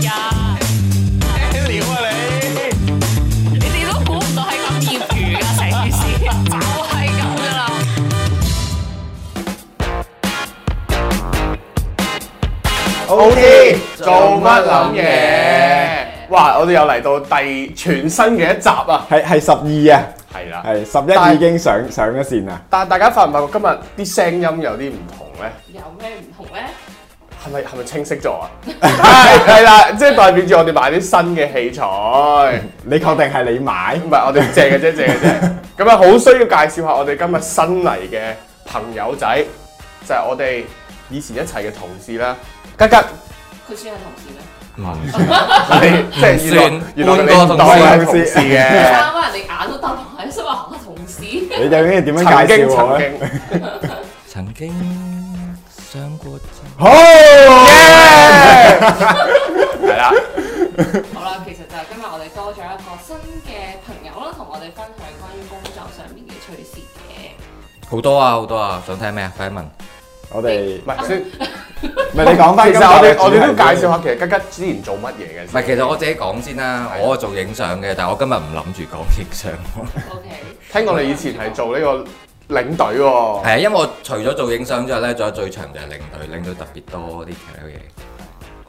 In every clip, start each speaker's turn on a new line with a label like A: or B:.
A: 㗎。
B: 咩料啊你？
A: 你哋都估唔到係咁業餘㗎，成件事就係咁㗎啦。
B: O T 做乜諗嘢？哇！我哋又嚟到第全新嘅一集啊！
C: 係係十二啊，
B: 係啦，
C: 係
B: 但
C: 十一已經上上咗線啊啦。
B: 但大家發唔發覺今日啲聲音有啲唔同咧？
A: 有咩唔同咧？
B: 係咪係咪清晰咗啊？係係啦，即係代表住我哋買啲新嘅器材，唔
C: 你確定係 你買？
B: 係我哋借嘅啫，借嘅啫。咁啊，好需要介紹下我哋今日新嚟嘅朋友仔，就係、我哋以前一齊嘅同事啦，吉吉。
A: 佢算係同事 咩？
B: 係即係原來
D: 唔算
B: 原來你
D: 半個
B: 唔
D: 同事
B: 當係同事 嘅。
A: 啱啱人哋眼都瞪埋，心話嚇同事。
C: 你究竟係點樣
B: 曾
C: 介
B: 經
C: 紹我
B: 曾
C: 啊咧？
B: 經，
D: 曾經上過節
C: 好，
B: 係啦，
A: 好啦，其實就係今日我哋多咗一個新嘅朋友啦，同我哋分享關於工作上面嘅趣事嘅。
D: 好多啊好多啊，想聽咩啊？快啲問。
C: 我哋
B: 唔係先。
C: 咪你講翻
B: 其
C: 今
B: 實
C: 日
B: 我哋
C: 嘅
B: 我哋都
C: 主題
B: 介紹
C: 先
B: 下，其實吉吉之前做乜嘢嘅
D: 唔
B: 先。
D: 係，其實我自己講先啦，
B: 係
D: 我做影相嘅，但係我今日唔諗住講影相。
A: OK。
B: 聽講你以前係做呢個領隊喎，
D: 係啊，因為我除咗做影相之外咧，仲有最長就係領隊，領隊特別多啲其他嘢。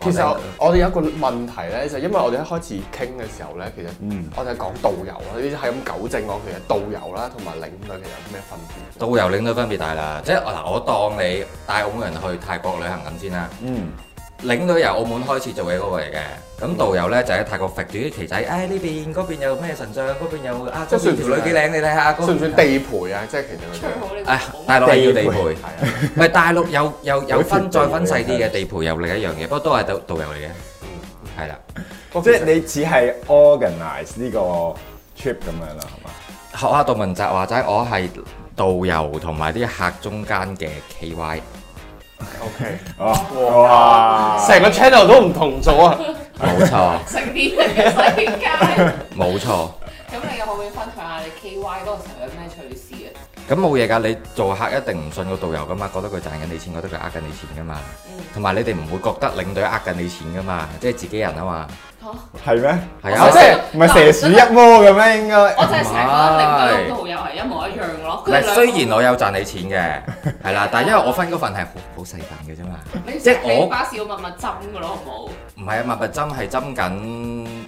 B: 其實
D: 講領
B: 我
D: 隊
B: 我哋有一個問題咧，就係因為我哋一開始傾嘅時候咧，其實
C: 嗯
B: 我哋係講導遊啊，你係咁糾正我，其實導遊啦同埋領隊其實有咩分別？
D: 導遊領隊分別大啦，即係我嗱，我當你帶澳門人去泰國旅行咁先啦。
C: 嗯，
D: 領隊由澳門開始做嘢嗰個嚟嘅，咁導遊咧就喺泰國揈住啲旗仔，誒呢邊嗰邊有咩神像，嗰邊有啊，
B: 即
D: 嗰
B: 係算唔
D: 邊條
B: 算
D: 女幾靚，你睇下。嗰
B: 算唔算地陪啊？即係其實
A: 吹好你個
D: 啊
A: 口，
D: 大陸係要地陪。
B: 係啊，
D: 唔係大陸有有有分再分細啲
C: 有
D: 嘅地盤有另一樣嘢，不過都係導導遊嚟嘅，係啦。
B: 嗯
C: 即係你只係 organize 呢個 trip 咁樣啦，係嘛？
D: 學下杜文澤話齋，我係導遊同埋啲客中間嘅 K Y，
B: OK，
C: 哦，哇！
B: 成個 channel 都唔同咗 啊！
D: 冇 錯
A: 成啲嚟嘅世界。
D: 冇錯。
A: 咁你可唔可以分享下你 K Y 嗰個時候有咩趣事啊？
D: 咁冇嘢㗎，你做客一定唔信個導遊㗎嘛，覺得佢賺緊你錢，覺得佢呃緊你錢㗎嘛，
A: 嗯
D: 同埋你哋唔會覺得領隊呃緊你錢㗎嘛，即係自己人啊嘛，
A: 嚇！
C: 係咩？
D: 係
C: 哦
D: 啊
C: 即。係唔係蛇鼠一窩咁咩？應該
B: 哦
A: 我就係成日覺得領隊同導遊係一模一樣咯。佢
D: 嗱，
A: 哋
D: 雖然我有賺你錢嘅，係啦，但係因為我分嗰份係好好細份嘅啫嘛。
A: 即
D: 即係
A: 係
D: 我
A: 我巴士要密密針嘅咯，好冇？
D: 唔係啊，蜜蜜針係針緊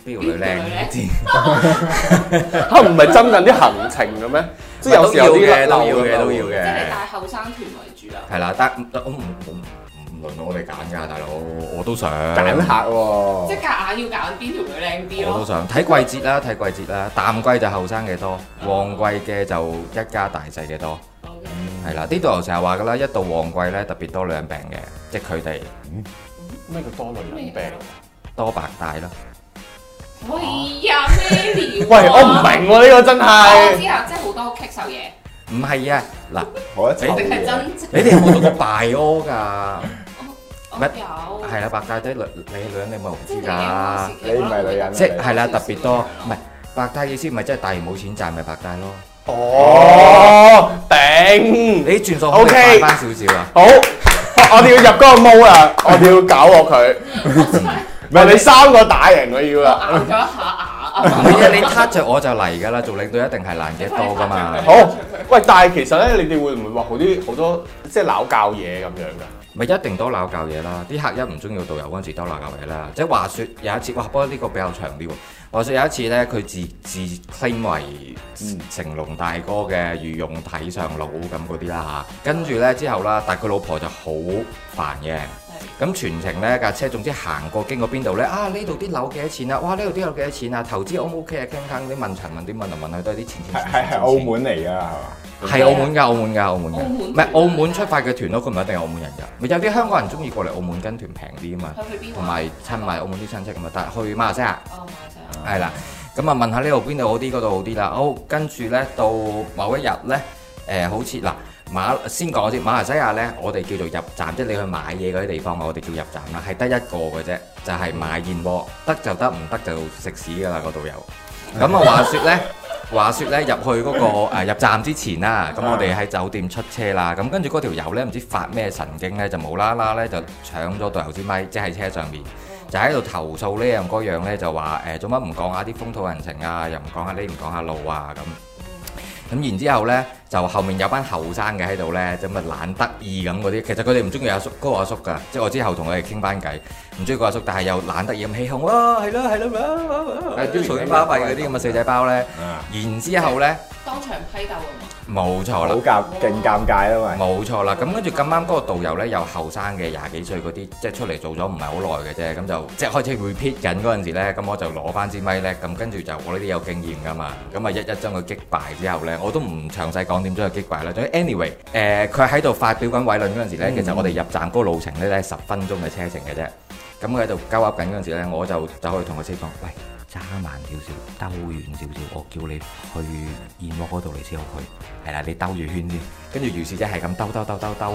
D: 邊條女
A: 邊條女
D: 靚
A: 靚
B: 嚇唔係針緊啲行程嘅咩？ 即係有時有
D: 都
B: 啲
D: 要嘅，
B: 甩
D: 都
B: 漏
D: 要嘅，
B: 㗎嘛
D: 都要
A: 即係你
D: 嘅。
A: 帶後生團為主啊。
D: 係啦，但我唔唔唔輪到我哋揀㗎，大佬，我都想
C: 揀客喎
A: 即。係夾硬要揀邊條女靚啲
D: 我都
A: 咯。
D: 想睇季節啦，睇季節啦。淡季就後生嘅多，旺季嘅就一家大細嘅多，
A: OK
D: 係啦。啲導遊成日話㗎啦，一到旺季咧特別多女人病嘅，即係佢哋
B: 咩叫多女人病？
D: 多白帶咯。
A: 喂呀，咩料啊？
B: 喂，我唔明喎，呢個真
A: 我
B: 係
A: 知啊，即係好多棘手嘢，
D: 唔係啊，嗱，
C: 好一齊
A: 定係
C: 嘅。
A: 真
D: 你哋有冇做過拜屙㗎？
A: 我
D: 乜
A: 有。
D: 係啦，白帶啲女你女人你咪唔
A: 即
D: 知
A: 係
D: 㗎。
A: 你
C: 你唔係女人
D: 即係啦，特別多，唔係白帶意思，咪即係大完冇錢賺咪白帶咯。
B: 哦，頂
D: 你轉數可唔可
B: OK
D: 以快翻少少啊？
B: 好，我哋要入嗰個毛啦，我哋要搞我佢，唔係你三個打贏我要啊
A: 咬
B: 啦。
A: 咗一下牙
D: 唔係啊，你撻着我就嚟㗎啦，做領隊一定係難嘅多㗎嘛。
B: 好，喂，但係其實咧，你哋會唔會話好啲好多即係鬧教嘢咁樣㗎？
D: 咪一定多鬧教嘢啦，啲客一唔中意個導遊嗰陣時多鬧教嘢啦。即係話説有一次，哇，不過呢個比較長啲喎。話説有一次咧，佢自自 claim 為成龍大哥嘅御用睇上佬咁嗰啲啦嚇，跟住咧之後啦，但係佢老婆就好煩嘅。咁全程咧架車，總之行過經過邊度咧啊？呢度啲樓幾多錢啊？哇！呢度啲樓幾多錢啊？投資 O 唔 OK 啊？傾傾啲問陳問啲問嚟問去都係啲錢錢
C: 係
D: 錢
C: 係係
D: 錢
C: 澳
D: 錢
C: 門嚟㗎係嘛？
D: 係澳門㗎，澳門㗎，澳門
A: 澳門
D: 㗎，唔
A: 團
D: 係澳門出發嘅團咯，佢唔一定係澳門人㗎，咪有啲香港人中意過嚟澳門跟團平啲啊嘛，
A: 佢去邊
D: 同埋親埋澳門啲親戚咁啊，但係去馬來西亞
A: 哦，我
D: 係啦，咁啊問下呢度邊度好啲，嗰度好啲啦，好跟住咧到某一日咧，誒、好似嗱馬先講先，馬來西亞咧我哋叫做入站，即係你去買嘢嗰啲地方，我哋叫入站啦，係得一個嘅啫，就係、買燕窩，得就得，唔得就食屎㗎啦，嗰度有。咁啊，話説咧，話説咧，入去嗰、個、呃、入站之前啦，咁我哋喺酒店出車啦，咁跟住嗰條友咧，唔知發咩神經咧，就無啦啦咧就搶咗導遊支咪，即係喺車上面。就喺度投訴呢樣嗰樣咧，就話誒做乜唔講下啲風土人情啊，又唔講下呢唔講下路啊咁。咁然之後呢，就後面有班後生嘅喺度呢，咁啊懶得意咁嗰啲。其實佢哋唔中意阿叔嗰個阿叔㗎，即係我之後同佢哋傾翻偈，唔中意個阿叔，但係又懶得意咁起哄啊，係咯係咯，啊啊啊嘈啲巴閉嗰啲咁嘅四仔包呢。
C: 啊，
D: 然之後呢，
A: 當場批鬥啊嘛，
D: 冇錯
C: 好
D: 啦。
C: 尷勁尷尬啦嘛，
D: 冇錯啦，咁跟住咁啱嗰個導遊呢，又後生嘅廿幾歲嗰啲，即係出嚟做咗唔係好耐嘅啫，咁就即係開始 repeat 緊嗰陣時呢，咁我就攞翻支咪呢，咁跟住就我呢啲有經驗噶嘛，咁啊一一將佢擊敗之後呢，我都唔詳細講點將佢擊敗啦。總之 anyway，誒佢喺度發表緊偉論嗰陣時呢，其實我哋入站嗰個路程呢，係十分鐘嘅車程嘅啫，咁佢喺度鳩噏緊嗰陣時呢，我就走去同佢先講，喂。揸慢少少，兜遠少少，我叫你去燕窩嗰度你先好去，係啦，你兜住圈先，跟住於是者係咁兜兜兜兜兜，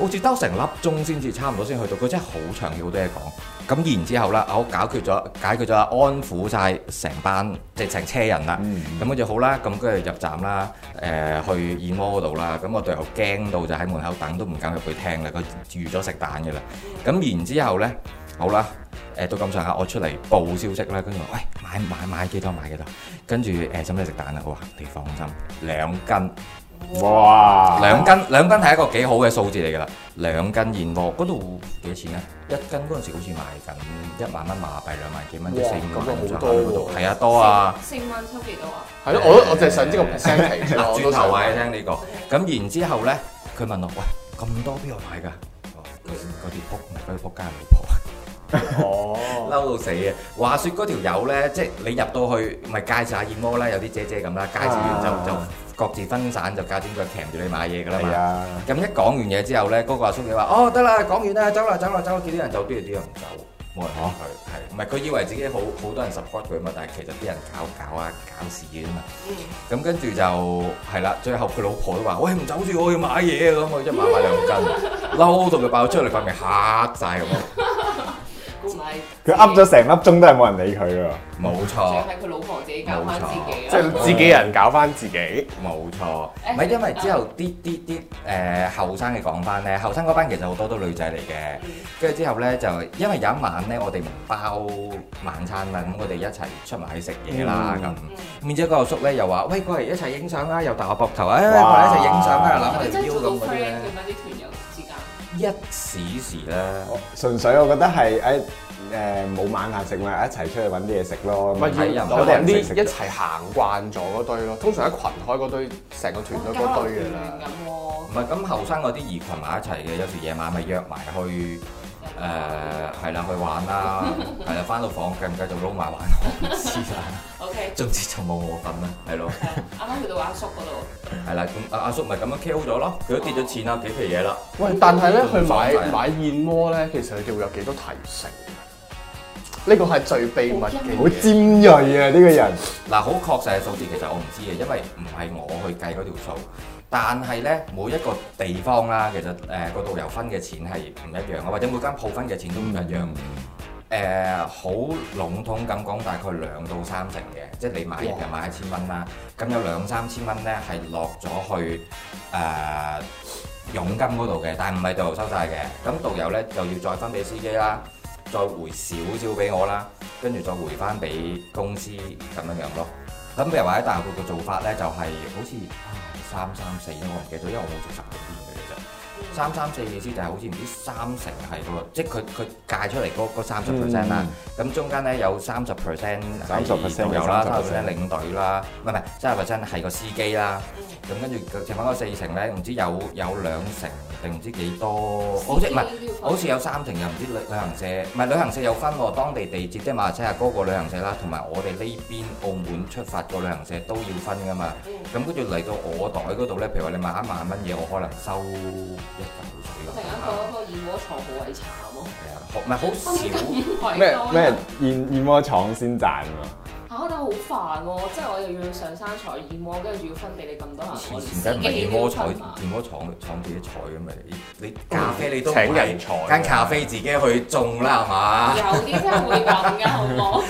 D: 好似兜成粒鐘先至差唔多先去到，佢真係好長好多嘢講。咁然之後啦，我解決咗解決咗安撫晒成班即係成車人啦。
B: 嗯
D: 咁跟住好啦，咁跟住入站啦，誒、去燕窩嗰度啦，咁我隊友驚到就喺門口等都唔敢入去聽啦，佢預咗食蛋嘅啦。咁然之後呢，好啦，誒、到咁上下我出嚟報消息啦，跟住話喂買買買幾多買幾多，跟住誒使唔使食蛋啊？我話你放心，兩斤。
B: 啊
C: 哇，
D: 兩斤兩斤係一個幾好嘅數字嚟㗎啦，兩斤燕窩嗰度幾錢啊？一斤嗰陣時好似賣緊一萬蚊馬幣，兩萬幾蚊，即
B: 哇
D: 四五
B: 咁
D: 萬蚊
B: 啊
D: 左
B: 好多喎
D: 右嗰度，係啊多啊。
A: 四蚊收幾多啊？
B: 係咯，我都我就係想知個 percentage
D: 嗱，
B: 咯，我
D: 轉
B: 都想
D: 頭話你聽呢、個，咁然之後咧，佢問我：喂，咁多邊度買㗎？我話嗰嗰啲仆唔係嗰啲仆街老婆。
B: 哦，
D: 嬲到死嘅。話説嗰條友呢，即係你入到去咪介紹下燕窩啦，有啲姐姐咁啦，介紹完就、
C: 啊
D: 就各自分散，就架尖腳鉗住你買嘢㗎啦
C: 係
D: 嘛。
C: 啊，
D: 咁一講完嘢之後呢，嗰、個阿叔你話：哦，得啦，講完啦，走啦，走啦，走啦，叫啲人走，跟住啲人唔走，冇人講佢，係唔係佢以為自己好好多人 support 佢嘛？但係其實啲人搞搞啊搞事嘅啫嘛。
A: 嗯，
D: 咁跟住就係啦，最後佢老婆都話：喂，唔走住，我要買嘢啊！咁我一買 買兩斤，嬲到佢爆出嚟塊面黑晒咁啊樣。
A: 估唔係
C: 佢噏咗成粒鐘都係冇人理佢喎。
D: 冇錯
A: 仲。係佢老婆自己搞翻自己
B: 即
A: 啊！
B: 係自己人搞翻自己，
D: 冇錯，唔係因為
A: Ừ.
D: 之後啲啲啲誒後生嘅講翻咧，後生嗰班其實好多都女仔嚟嘅，跟住之後咧就因為有一晚咧，我哋唔包晚餐啦，咁我哋一齊出埋去食嘢
A: 嗯
D: 啦咁。
A: Ừ.
D: 咁然之後個阿叔咧又話：喂，過嚟一齊影相啦，又搭我膊頭，誒、哎，過嚟一齊影相啦，攬我
A: 佢
D: 條
A: 真係
D: 腰
A: 做到
D: 咁嗰
A: friend
D: 啲
A: 嘅，
D: 咧
A: 咩？啲團友之間，
D: 一時時啦。
C: 我純粹我覺得係誒誒冇晚飯食咪一齊出去揾啲嘢食咯。
B: 咪
D: 係
B: 要
D: 人
B: 我哋
C: 人
B: 啲一齊行慣咗嗰堆咯。通常喺群開嗰堆，成個團
A: 哇
B: 隊
A: 交
B: 嗰
A: 流
B: 堆
A: 團
B: 㗎
A: 圓
B: 啦。
A: 咁喎
D: 唔。係咁後生嗰啲二群埋一齊嘅，有時夜晚咪約埋去誒係啦去玩啦，係啦翻到房繼唔繼續撈埋玩，我唔知啦。
A: O K，
D: 總之就冇我份啦，係咯，
A: 啱啱去到阿叔嗰度，
D: 係啦，咁啊阿阿叔咪咁樣 KO 咗咯，佢都跌咗錢啦，幾皮嘢啦，
B: 喂，但係咧，去買
D: 嗯
B: 買燕窩咧，其實佢哋會有幾多提成？呢個係最秘密嘅
C: 好
B: 嘢。
C: 尖鋭啊！呢個 人
D: 嗱好確實嘅數字其實我唔知嘅，因為唔係我去計嗰條數，但係呢，每一個地方啦，其實誒個、導遊分嘅錢係唔一樣啊，或者每間鋪分嘅錢都唔一樣。誒呃好籠統咁講，大概兩到三成嘅，即係你買一人買一千蚊啦，咁有兩三千蚊咧係落咗去誒、呃佣金嗰度嘅，但係唔係導遊收晒嘅，咁導遊咧就要再分俾司機啦，再回少少俾我啦，跟住再回翻俾公司咁樣樣咯。咁譬如話喺大陸嘅做法咧，就係、好似啊三三四，我唔記得咗，因為我冇做實嗰邊嘅其實。
A: Ừ.
D: 三三四嘅意思就係好似唔知三成係嗰個，即係佢佢界出嚟嗰嗰三十 percent 啦。咁中間咧有嗯三十 percent
C: 30%
D: 導遊啦，
C: 有
D: 三十
C: 30%
D: percent 領隊啦，唔係唔係三十 percent 係個司機啦。咁跟住剩翻嗰四成咧，唔知有有兩成定唔知幾多，好似唔係。好似有三成又唔知旅旅行社，唔係旅行社有分喎，當地地接即係馬來西亞嗰個旅行社啦，同埋我哋呢邊澳門出發個旅行社都要分噶嘛。
A: Ừ.
D: 咁跟住嚟到我袋嗰度咧，譬如話你買一萬蚊嘢，我可能收一嚿水咁
A: 突然間
D: 樣啦
A: 講一個燕窩床好鬼慘喎，
D: 係啊，好唔係好 少，
A: 咁鬼
C: 咩
A: 多
C: 咩燕燕窩廠先賺喎，
A: 嚇，我覺得好煩喎，即係我又要上山採燕窩，跟住要分俾你咁多人，我
D: 黐
A: 連
D: 線
A: 司
D: 梗唔係
A: 機
D: 燕
A: 都要
D: 窩採
A: 分埋。
D: 燕窩廠廠自己採咁咪，你咖啡你都唔
B: 請
D: 係
B: 人才
D: 間咖啡自己去種啦係嘛？
A: 有啲真係會咁嘅，好冇？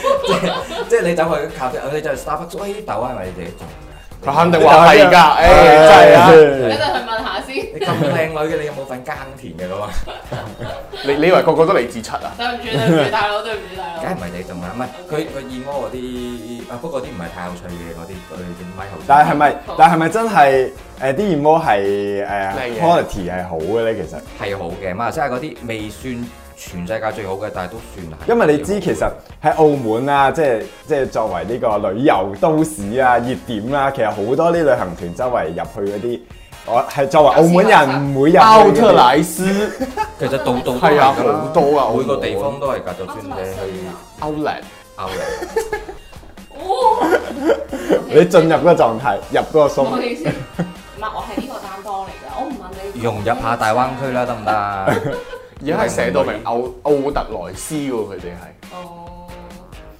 D: 即係你走去咖啡，你就 Starbucks，喂啲豆係咪你自己種㗎？
C: 哎
B: 佢肯定話係㗎，誒真係啊！
A: 你
C: 啊！
A: 哋去問下先。
D: 你咁靚女嘅，你有冇份耕田嘅咁啊？
C: 哎
B: 你你以為個個都嚟自七啊？
A: 對唔住對唔住大佬，對唔住大佬
D: 梗。係唔係你仲啦？唔係佢佢燕窩嗰啲啊，不過啲唔係太有趣嘅嗰啲，佢啲咪後。
C: 但係係咪？但係咪真係誒啲燕窩係誒
B: 靚嘢
C: quality 係好嘅咧？其實，
D: 係好嘅？馬來西亞嗰啲未算全世界最好嘅，但係都算係。
C: 因為你知其實喺澳門啊，即係即係作為呢個旅遊都市啊、熱點啦、其實好多啲旅行團周圍入去嗰啲，我係作為澳門人唔會入
B: 奧
C: 去
B: 特
C: 嘅。
B: 萊斯
D: 其實度度都
B: 係啊，
D: 係㗎啦
B: 好多啊，
D: 每個
B: 澳門
D: 地方都係㗎，就
A: 我
D: 算
A: 真
D: 你
A: 係信
D: 去
A: 啊！
B: Outlet
D: 歐遊，
A: 哦，
C: 你進入嗰個狀態，入嗰個
A: 唔
C: 鬆
A: 好。意思，唔係我係呢個擔當嚟㗎，我唔問 你
D: 融入下大灣區啦，得唔得啊？
B: 而家係寫到明奧奧特萊斯喎，佢哋係
A: 哦，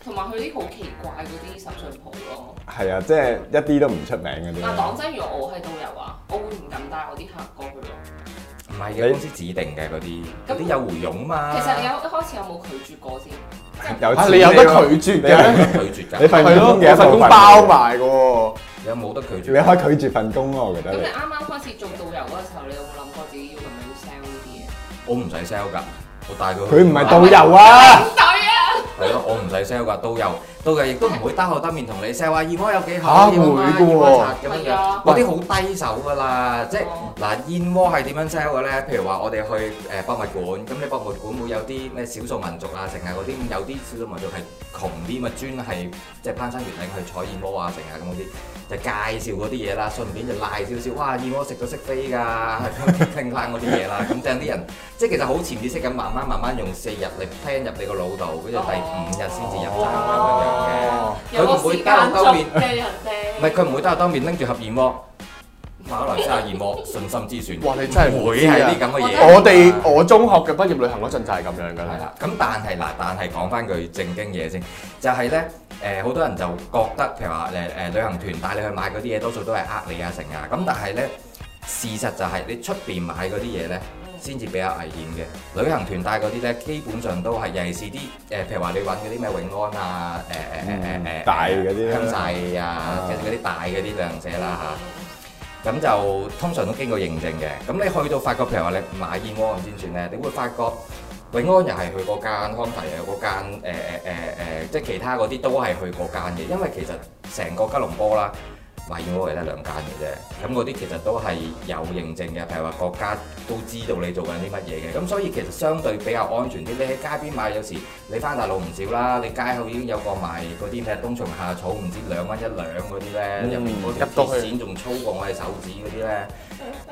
A: 同埋佢啲好奇怪嗰啲手信鋪咯。
C: 係啊，即係一啲都唔出名嗰啲
A: 但
C: 咯。
A: 啊講真，如果我係導遊啊，我會唔敢帶我啲客過去咯。
D: 唔係嘅，公司指定嘅嗰啲，嗰啲有回佣嘛。
A: 其實你有一開始有冇拒絕過先？
C: 有
B: 啊
C: 錢
B: 你有得
C: 呢個
B: 拒絕嘅，
D: 拒絕
C: 你
D: 㗎，
C: 份
B: 係咯，
C: 工嘅
B: 我份
C: 一部
B: 工
C: 分
B: 包埋嘅喎，
D: 有冇得拒
C: 你
D: 絕？
C: 可以拒絕份工咯，我覺得
A: 咁你
C: 你。
A: 啱啱開始做導遊嗰個時候，你有冇諗過自己要咁樣 sell 呢啲嘢？
D: 我唔使 sell 㗎，我帶佢去。
C: 佢唔係導遊啊，
A: 對啊！
D: 係咯，我唔使 sell 㗎，導遊導遊亦都唔會兜口兜面同你 sell 話燕窩有幾好，
B: 啊
D: 燕窩啊
B: 會㗎喎
D: 燕窩
A: 係啊
D: 咁樣樣，嗰啲好低手㗎啦，即係
A: 哦
D: 嗱燕窩係點樣 sell 嘅咧？譬如話我哋去誒博物館，咁你博物館會有啲咩少數民族啊，成啊嗰啲，咁有啲少數民族係窮啲咪專係即係攀山越嶺去採燕窩啊，成啊咁嗰啲。就介紹嗰啲嘢啦，順便就賴少少，哇！燕窩食咗識飛 㗎，傾翻嗰啲嘢啦，咁等啲人即係其實好潛意識咁，慢慢慢慢用四日嚟 plan 入你個腦度，跟住第五日先至入站咁樣樣嘅。
A: 有
D: 佢唔
A: 個
D: 會
A: 時
D: 兜
A: 間
D: 口
A: 做
D: 兜面，
A: 嘅人哋。
D: 唔係佢唔會兜口兜面拎住盒燕窩，馬來西亞燕窩信心之選。
B: 哇你真係唔
D: 會
B: 知啊
D: 係啲咁嘅嘢。
B: 我哋我中學嘅畢業旅行嗰陣就係咁樣㗎
D: 係
B: 啦，
D: 啦，咁但係嗱，但係講翻句正經嘢先，就係咧誒，好、多人就覺得譬如話誒誒旅行團帶你去買嗰啲嘢，多數都係呃你啊成啊，咁但係咧事實就係你出邊買嗰啲嘢咧。先至比較危險嘅，旅行團帶嗰啲咧，基本上都係，尤其是啲誒、譬如話你揾嗰啲咩永安啊，誒誒誒誒誒，
C: 嗯大嗰啲啦
D: 香曬啊，跟住嗰啲大嗰啲旅行社啦嚇。咁就通常都經過認證嘅。咁你去到法國，譬如話你買燕窩咁先算咧，你會發覺永安又係去嗰間，康提又嗰間，誒誒誒誒，即係其他嗰啲都係去嗰間嘅。因為其實成個吉隆坡啦，買燕窩係得兩間嘅啫。咁嗰啲其實都係有認證嘅，譬如話國家都知道你做緊啲乜嘢嘅。咁所以其實相對比較安全啲。你喺街邊買，有時你翻大陸唔少啦，你街口已經有個賣嗰啲咩冬蟲夏草，唔知兩蚊一兩嗰啲咧，
B: 嗯
D: 入面嗰
B: 入到
D: 啲
B: 去
D: 鐵線仲粗過我哋手指嗰啲咧。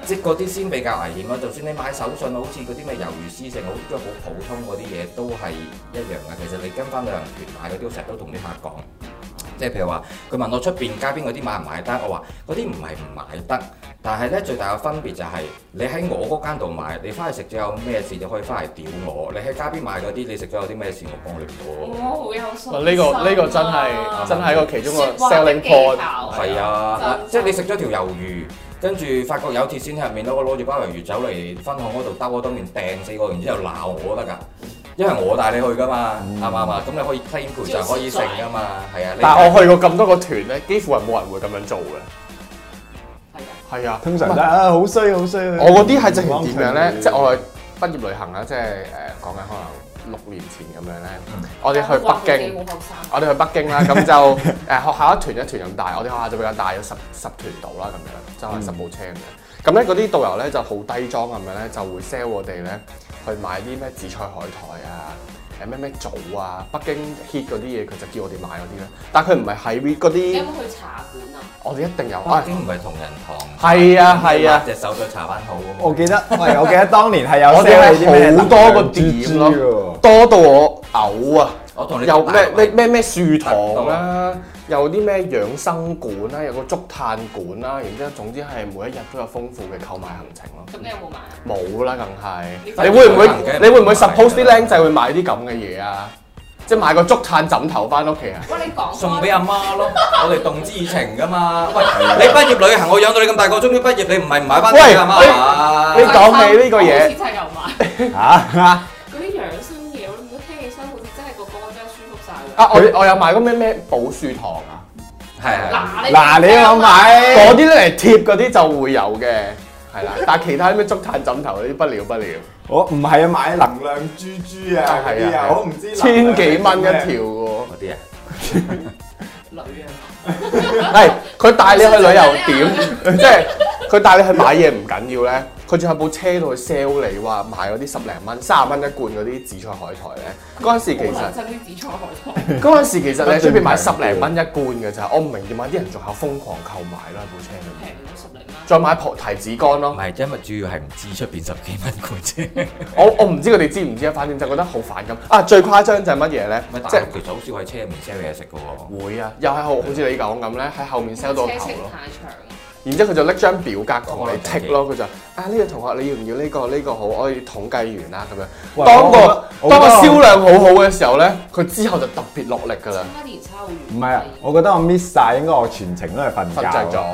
D: 即係嗰啲先比較危險咯。就算你買手信，好似嗰啲咩魷魚絲性，好似都好普通嗰啲嘢，都係一樣嘅。其實你跟翻旅行團買嗰啲，我成日都同啲客講，即係譬如話，佢問我出邊街邊嗰啲買唔買得，我話嗰啲唔係唔買得，但係咧最大嘅分別就係、你喺我嗰間度買，你翻去食咗有咩事就可以翻嚟屌我；你喺街邊買嗰啲，你食咗有啲咩事我幫你唔到。
A: 我哦好有信心
B: 哇
A: 啊。
B: 呢個呢個真係啊真係一個其中個
A: 説話的
B: selling
A: 技
B: point。
A: 巧
D: 係啊，
A: 就
D: 即係你食咗條魷魚，跟住發覺有鐵線喺入面咯，我攞住包魷魚走嚟分行嗰度兜我當面掟四個，然之後鬧我都得㗎，因為我帶你去㗎嘛，啱唔啱啊？咁你可以 claim 賠償可以成㗎嘛，係啊。你
B: 嗯但係我去過咁多個團咧，幾乎係冇人會咁樣做嘅。
A: 係啊。
B: 係啊，
C: 通常都係啊，好衰好衰。
B: 我嗰啲係直情點樣咧？即係我去畢業旅行啦，即係誒講緊可能六年前咁樣咧
D: 嗯，
B: 我哋去北京。
A: 哇佢哋好後生
B: 我哋去北京啦，咁就 誒學校一團一團咁大，我哋學校就比較大，有十十團到啦咁樣，就係十部車
D: 嗯
B: 咁樣。咁咧嗰啲導遊咧就好低裝咁樣咧，就會 sell 我哋咧去買啲咩紫菜海苔啊。誒咩咩棗啊，北京 hit 嗰啲嘢，佢就叫我哋買嗰啲咧。但係佢唔係喺嗰
A: 你有冇
B: 啲，
A: 去茶館啊？
B: 我哋一定有。
D: 北
B: 啊
D: 京唔係同仁堂，
B: 係啊係啊
D: 抹隻手再搽翻好㗎
C: 我
D: 嘛。
C: 記得，喂，我記得當年係有
B: 我哋
C: sell 你啲咩
B: 係好多個
C: 能量豬
B: 點
C: 豬
B: 咯，哎多到我嘔啊！
D: 我同你
B: 有咩
D: 講
B: 咩
D: 大陸啊
B: 咩咩樹堂啦，有啲咩養生館啦，有個竹炭館啦，然之後總之係每一日都有豐富嘅購買行程咯。
A: 咁你有冇買啊？
B: 冇啦，梗係
A: 你
B: 你會唔會
D: 梗係唔會
B: 你會唔會 suppose 啲
D: 買啦
B: 僆仔會買啲咁嘅嘢啊？即係買個竹炭枕頭翻屋企啊？
A: 喂，你講開
D: 送俾阿媽咯，我哋動之以情㗎嘛。喂，你畢業旅行，我養到你咁大個，終於畢業，你唔係唔買翻俾阿媽啊
B: 你講起呢個嘢
A: 好似真係有買
C: 嚇，
A: 嗰啲養生嘢，我都聽起身好似真係個肝真係舒服晒㗎。
B: 啊！我我有買過咩咩寶樹堂啊，
D: 係係
A: 嗱
D: 係
A: 你啊
C: 嗱你有冇買
B: 嗰啲咧嚟貼嗰啲就會有嘅。係啦。但係其他咩竹炭枕頭嗰啲不了不了，
C: 我唔係啊，買能量珠珠啊嗰啲
B: 係
C: 啊
B: 啊，
C: 我唔知
B: 千幾蚊一
C: 條。
B: 條喎。
D: 嗰啲啊，
A: 女啊，
B: 係佢帶你去旅遊點，即係佢帶你去買嘢唔緊要咧，佢仲有部車度去 sell 你話賣嗰啲十零蚊、三十蚊一罐嗰啲紫菜海苔咧。嗰陣時其
A: 好
B: 實
A: 撚。憎啲紫菜海苔，
B: 嗰陣時其實你喺出邊買十零蚊一罐嘅咋，我唔明點解啲人仲有瘋狂購買啦部車裏面，
A: 平啊咗十零蚊。
B: 再買葡提子乾
D: 唔
B: 咯。
D: 係因為主要係唔知出邊十幾蚊罐啫。
B: 我我唔知佢哋知唔知啊，反正就覺得好反感。啊，最誇張就係乜嘢咧
D: 咪？
B: 即
D: 但係其實好少喺車入面 sell 嘢食嘅喎。
B: 係會啊，又係好好似你講咁咧，喺後面 sell 到
A: 車
B: 頭
A: 程
B: 咯。
A: 太長，啊
B: 然之後佢就拎張表格同你剔咯，佢就啊呢個同學你要唔要呢個呢個好，我要統計完啦咁樣。
C: 哇
B: 當個
C: 我覺
B: 當個
C: 得我覺得
B: 銷量好好嘅時候咧，佢之後就特別落力㗎啦，
A: 差年差好遠。
C: 唔係啊，我覺得我 miss 晒，應該我全程都係瞓
B: 瞓着
C: 覺
B: 咗。。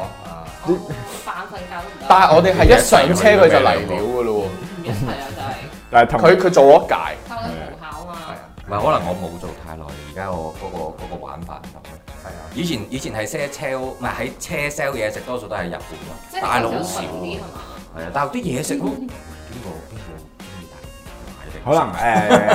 A: 扮哦瞓覺都唔
B: 但
A: 得，
B: 係我哋係一上車佢就嚟料㗎咯喎。
A: 唔一齊啊，
C: 但係同
B: 佢佢做咗一屆，
A: 就係偷得無效啊
B: 係
A: 嘛。
B: 啊
D: 唔係可能我冇做太耐，而家我嗰、個嗰個玩法唔同嘅。
B: 係啊，
D: 以前以前係 sell 車，唔係喺車 sell 嘢食，多數都係日本
A: 即係
D: 咯，大陸
A: 你
D: 好少
A: 就順啲
D: 喎
A: 係。嘛？
D: 係啊，但係啲嘢食都邊個邊個中意
C: 可
D: 大
C: 能誒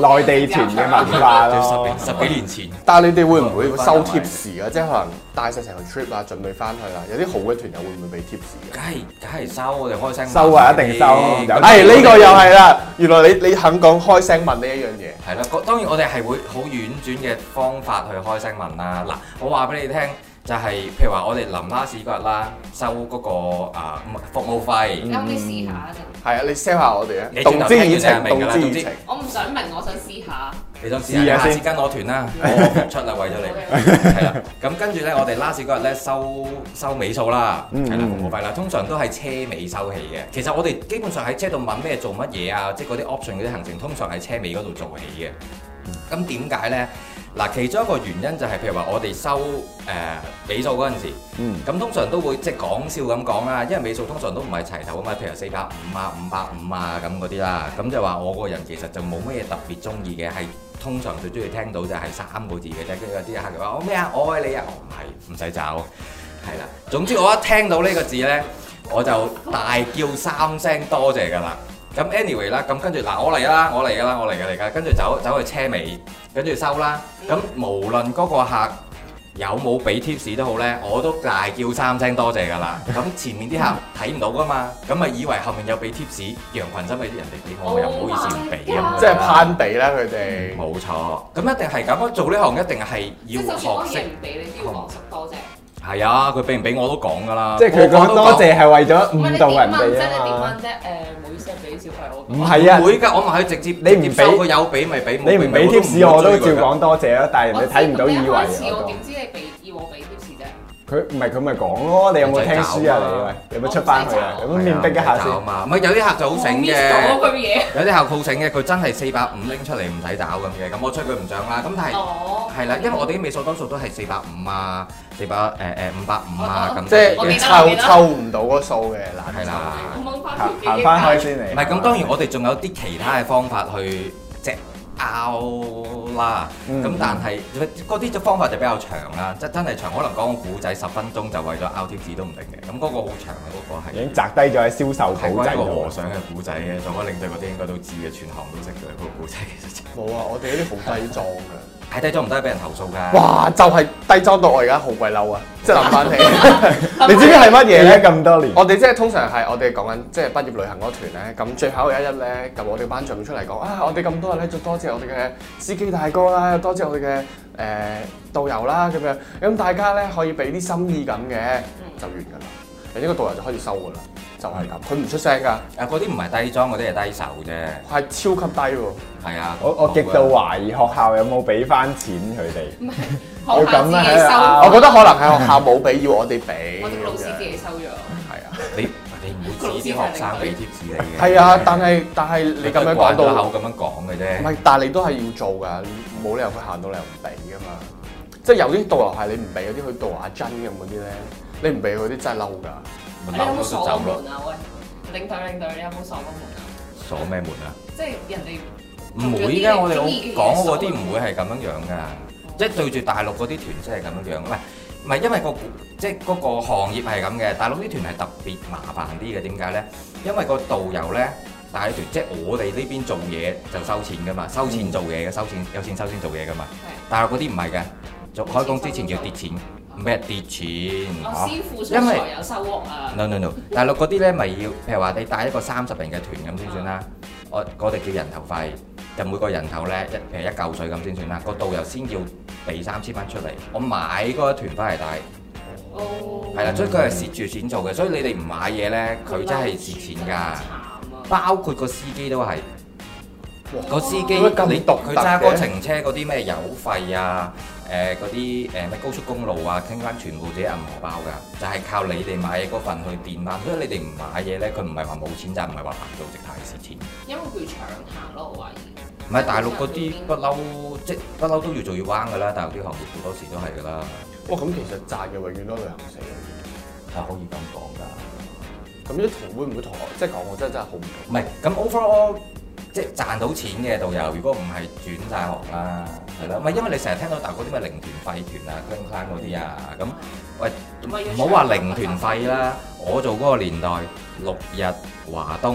C: 內地團嘅 文化咯
D: 買。十幾年前
B: 但係你哋會唔會收貼士啊？即係可能帶晒成個 trip 啊，準備翻去啦。有啲好嘅團友會唔會俾貼士啊
D: 梗係梗係收，我哋開聲
C: 收啊一定收
B: 嘅？
C: 有有
D: 哎
B: 係呢個又係啦，原來你你肯講開聲問呢一樣嘢，
D: 係啦，個當然我哋係會好婉轉嘅方法去開聲問啦。嗱，我話俾你聽，就係、譬如話我哋臨 last 嗰日啦，收嗰、個啊唔係服務費，
C: 嗯
A: 你可唔可以試下一陣？
B: 係啊，你 sell 下我哋啊
D: 你，轉
B: 動
D: 頭
B: 之
D: 聽
B: 以
D: 完就係
B: 情，
D: 明㗎
B: 動
D: 啦
B: 之
D: 總
B: 以
D: 之
B: 情。
A: 我唔想明，我想試下。
D: 你想試
C: 試下
D: 下？下次
C: 先
D: 跟我團啦，我出啦為咗你。係啦，咁跟住咧，我哋 last 嗰日咧收收尾數啦，
C: 嗯
D: 係啦服務費啦，通常都係車尾收起嘅。其實我哋基本上喺車度問咩做乜嘢啊，即係嗰啲 option 嗰啲行程，通常喺車尾嗰度做起嘅。咁點解咧？嗱，其中一個原因就係譬如話我哋收誒尾數嗰陣時。
C: 嗯，
D: 咁通常都會即係講笑咁講啦，因為尾數通常都唔係齊頭啊嘛，譬如四百五啊、五百五啊咁嗰啲啦，咁就話我個人其實就冇乜嘢特別中意嘅，係通常最中意聽到就係三個字嘅啫，跟住有啲客就話我咩啊，我愛你啊，我唔係唔使找，係啦，總之我一聽到呢個字呢，我就大叫三聲多謝㗎啦。咁 anyway 啦，咁跟住嗱，我嚟啦，我嚟㗎啦，我嚟㗎嚟㗎，跟住走走去車尾，跟住收啦。咁無論嗰個客有冇俾 tips 都好呢，我都大叫三聲多謝㗎啦。咁前面啲客睇唔到㗎嘛，咁咪以為後面有俾 tips，羊群心理啲人哋俾我，又唔好意思唔俾咁樣
B: 即係攀比啦，佢哋
D: 冇錯，咁一定係咁。做呢行一定係
A: 即係就
D: 要
A: 算我
D: 學
A: 嘢
D: 識。
A: 唔俾你，都要學識多謝。
D: 係啊，佢俾唔俾我都講㗎啦。
C: 即係佢
D: 個
C: 講多謝係為咗誤導人
A: 唔係你點
C: 哋
A: 問
C: 啊
A: 啫？
C: 嘛。
A: 你點問啫？誒，唔好意思，俾小費我。
C: 唔係啊
D: 唔會㗎，我咪去直接
C: 你唔俾
D: 直接收佢有俾咪俾，冇
C: 你唔俾
D: 咪冇
C: tips 我都照
D: 唔會追佢㗎
C: 講多謝啊，但係人哋睇唔到以為
A: 我知咁你一開始我
C: 我
A: 點知你俾要我俾貼士啫？
C: 講佢唔係佢咪講咯？你有冇聽書啊？你喂，有冇出翻去啊？有冇面壁一下
D: 係
C: 先
D: 啊？嘛，唔係有啲客就好醒
A: 我 miss
D: 嘅，
A: 咗佢嘢。
D: 有啲客好醒嘅，佢真係四百五拎出嚟唔使找咁嘅，咁我吹佢唔漲啦。咁但係
A: 哦，
D: 係啦，因為我哋啲尾數多數都係四百五啊，四百誒誒五百五啊
A: 我
D: 咁。
B: 即
A: 哦我
B: 係
A: 記得我
B: 湊
A: 記得
B: 湊唔到個數嘅，難
D: 係啦
A: 我。掹翻條
C: 行
A: 記憶
C: 行翻
A: 翻
C: 開先嚟。
D: 唔係咁，當然我哋仲有啲其他嘅方法去即係拗啦。咁、
C: 嗯
D: 但係嗰啲嘅方法就比較長啦，即係真係長，可能講個古仔十分鐘就為咗拗貼紙都唔定嘅。咁嗰個好長嘅嗰、
C: 已經
D: 個係。
C: 擲低咗喺銷售
D: 係
C: 簿
D: 關
C: 仔
D: 於個
C: 度
D: 和。尚嘅古仔嘅，做開領隊嗰啲應該都知嘅，全行都識嘅嗰個古仔其實就
B: 冇啊，我哋嗰啲好低裝嘅。
D: 係低咗唔低俾人投訴㗎。
B: 哇，就係低裝到我而家好鬼嬲啊！即係諗翻起， 你知唔知係乜嘢
C: 嘢
B: 咧
C: 咧？咁多年，
B: 我哋即係通常係我哋講緊即係畢業旅行嗰團咧，咁最後有一日咧，咁我哋班長出嚟講啊，我哋咁多日咧，就多謝我哋嘅司機大哥啦，多謝我哋嘅誒導遊啦咁樣，咁大家咧可以俾啲心意咁嘅，就完㗎啦。你呢個導遊就開始收㗎啦，就係咁，佢唔出聲㗎，
D: 啊嗰啲唔係低裝，嗰啲係低手啫。
B: 係超級低喎。
D: 係啊，
C: 我我極度懷疑學校有冇俾翻錢佢哋。
A: 學校自己收，
B: 我覺得可能係學校冇俾，要我哋俾。
A: 我哋老師自
B: 嘅
A: 己收咗。
B: 係啊，
D: 你你唔會指啲學生俾貼紙你嘅。
B: 係啊，但係但係你咁樣講
D: 慣咗
B: 到。
D: 口咁樣講嘅
B: 唔
D: 啫。
B: 係，但係你都係要做㗎，冇理由佢行到你又唔俾㗎嘛。即係有啲導遊係你唔俾，有啲佢導遊阿珍咁嗰啲咧，你唔俾佢啲真係嬲㗎。
A: 你
D: 咪
A: 有
D: 嬲
A: 冇
D: 咗
A: 鎖
D: 就
A: 過
D: 走咯。
A: 門啊？喂，領隊領隊，你有冇鎖過門啊？
D: 鎖咩門啊？
A: 即係人哋
D: 唔會㗎，我哋講嗰啲唔會係咁樣樣㗎，即係對住大陸嗰啲團真係咁樣樣。喂，唔係因為個股即係嗰個行業係咁嘅，大陸呢團係特別麻煩啲嘅，點解呢？因為個導遊呢，大團即係我哋呢邊做嘢就收錢噶嘛，收錢做嘢嘅，收錢有錢收錢做嘢噶嘛。大陸嗰啲唔係嘅，做開工之前要跌錢，咩跌錢
A: 我
D: 嚇
A: 師傅身材有收穫啊！
D: ？no no no，大陸嗰啲呢咪要，譬如話你帶一個三十人嘅團咁先算啦，我我哋叫人頭費，就每個人頭呢，一譬如一嚿水咁先算啦，個導遊先要俾三千蚊出嚟，我買嗰一團翻嚟帶。
A: 哦，
D: 係啦，所以佢係蝕住錢做嘅，所以你哋唔買嘢咧，佢真係蝕錢㗎。
A: 㗎。
D: 包括個司機都係，個司機
B: 點解咁
D: 你
B: 獨特嘅
D: 佢揸嗰程車嗰啲咩油費啊，誒嗰啲誒咩高速公路啊，傾翻全部自己銀荷包㗎，就係、靠你哋買嘢嗰份去墊翻。所以你哋唔買嘢咧，佢唔係話冇錢賺，唔係話行到直太蝕錢。
A: 因為佢長行咯，我懷疑。
D: 唔係大陸嗰啲不嬲，即係不嬲都要做要彎㗎啦。大陸啲行業好多時都係㗎啦，
B: 哇！咁其實賺嘅永遠都係旅行社嘅。
D: 係啊可以咁講㗎。
B: 咁啲同會唔會同我即係講我真係真係好唔同？
D: 唔係，咁 overall 即係賺到錢嘅導遊，如果唔係轉晒行啦，係啦，唔係因為你成日聽到大陸嗰啲咩零團費團啊、跟餐嗰啲啊，咁喂
A: 咪要
D: 唔好話零團費啦，我做嗰個年代六日華東